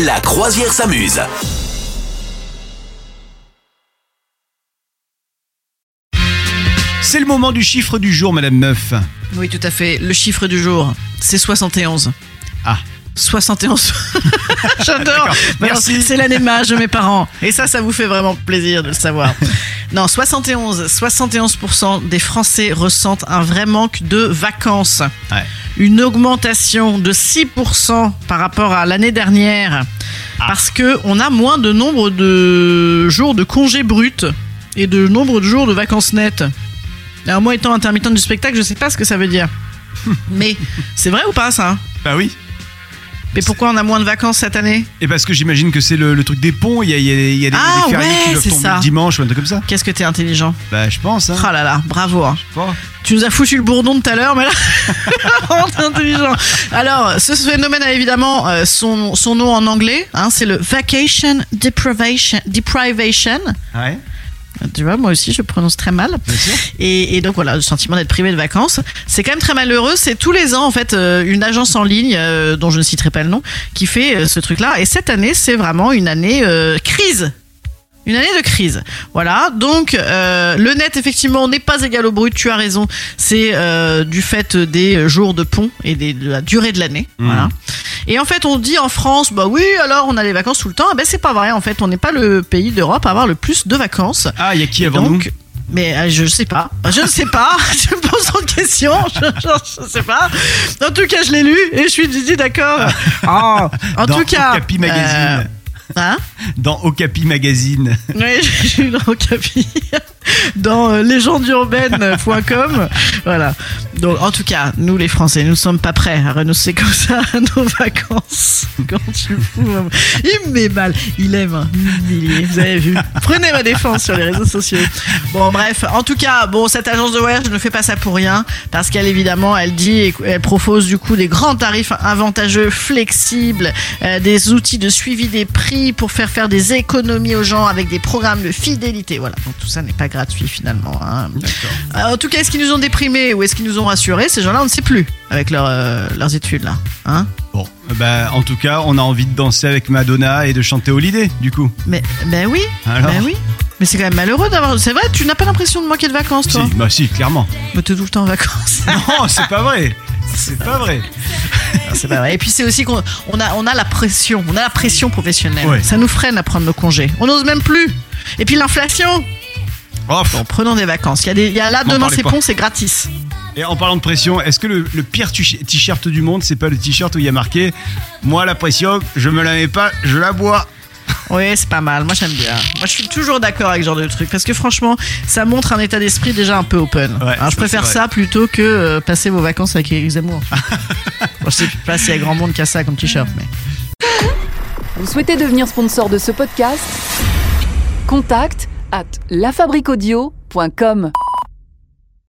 La croisière s'amuse. C'est le moment du chiffre du jour, Madame Meuf. Oui, tout à fait. Le chiffre du jour, c'est 71. Ah. 71. J'adore. Mais non, merci. C'est l'année de mariage de mes parents. Et ça, ça vous fait vraiment plaisir de le savoir. Non, 71. 71% des Français ressentent un vrai manque de vacances. Ouais. Une augmentation de 6% par rapport à l'année dernière. Ah. Parce que on a moins de nombre de jours de congés bruts et de nombre de jours de vacances nettes. Alors moi, étant intermittente du spectacle, je sais pas ce que ça veut dire. Mais c'est vrai ou pas ça Bah oui. Mais pourquoi on a moins de vacances cette année Et parce que j'imagine que c'est le, le truc des ponts, il y a, il y a- il y a des, Ah des ferries ouais, qui doivent c'est tomber ça. le dimanche ou un truc comme ça. Qu'est-ce que t'es intelligent Bah je pense, hein. Ah là là, bravo hein. Bon. Tu nous as foutu le bourdon tout à l'heure, mais là, vraiment, t'es intelligent. Alors, ce phénomène a évidemment euh, son, son nom en anglais, hein, c'est le vacation deprivation. deprivation. Ouais, Tu vois, moi aussi, je prononce très mal. bien sûr. Et, et donc voilà, le sentiment d'être privé de vacances, c'est quand même très malheureux. C'est tous les ans en fait euh, une agence en ligne euh, dont je ne citerai pas le nom qui fait euh, ce truc-là. Et cette année, c'est vraiment une année euh, crise. Une année de crise. Voilà. Donc, euh, le net, effectivement, n'est pas égal au brut. Tu as raison. C'est euh, du fait des jours de pont et des- de la durée de l'année. Mhm. Voilà. Et en fait, on dit en France, bah oui, alors on a les vacances tout le temps. Eh ben, c'est pas vrai. En fait, on n'est pas le pays d'Europe à avoir le plus de vacances. Ah, il y a qui Et avant donc, mais euh, je sais pas. Je ne sais pas. je me pose trop de questions. Je, je- je sais pas. En tout cas, je l'ai lu et je suis dit d'accord. Ah, En dans tout cas. Okapi Magazine. euh, hein nous Dans Okapi Magazine. Oui, j'ai eu le recapi dans euh, légendeurbaine.com. Voilà. Donc, en tout cas, nous les Français, nous ne sommes pas prêts à renoncer comme ça à nos vacances. Quand tu fous, maman. il me met mal. Il aime hein, m'humilier. Vous avez vu. Prenez ma défense sur les réseaux sociaux. Bon, bref. En tout cas, bon, cette agence de voyage ne fait pas ça pour rien parce qu'elle évidemment, elle dit, et elle propose du coup des grands tarifs avantageux, flexibles, euh, des outils de suivi des prix pour faire faire des économies aux gens avec des programmes de fidélité. Voilà. Donc tout ça n'est pas gratuit finalement. hein. Euh, en tout cas, est-ce qu'ils nous ont déprimés ou est-ce qu'ils nous ont rassurés Ces gens-là, on ne sait plus avec leur, euh, leurs études là. Hein Bon, bah en tout cas, on a envie de danser avec Madonna et de chanter Holiday, du coup. mais ben oui, Alors ben oui. Mais c'est quand même malheureux d'avoir. C'est vrai, tu n'as pas l'impression de manquer de vacances, Si, toi bah si, clairement. Mais t'es tout le temps en vacances. Non, c'est pas vrai. C'est pas vrai. C'est pas vrai. Et puis c'est aussi qu'on on a, on a la pression, on a la pression professionnelle. Ouais. Ça nous freine à prendre nos congés. On n'ose même plus. Et puis l'inflation, Oh, pff. prenons des vacances. Il y a, des, il y a là, M'en demain parlez c'est pas. bon, c'est gratis. Et en parlant de pression, est-ce que le, le pire tu- t-shirt du monde, c'est pas le t-shirt où il y a marqué Moi, la pression, je me la mets pas, je la bois Oui, c'est pas mal. Moi, j'aime bien. Moi, je suis toujours d'accord avec ce genre de truc. Parce que franchement, ça montre un état d'esprit déjà un peu open. Ouais, Alors, ça, je préfère c'est vrai. ça plutôt que euh, passer vos vacances avec Eric Zemmour. bon, je sais pas s'il y a grand monde qui a ça comme t-shirt, mais. Vous souhaitez devenir sponsor de ce podcast Contact à lafabriquaudio.com.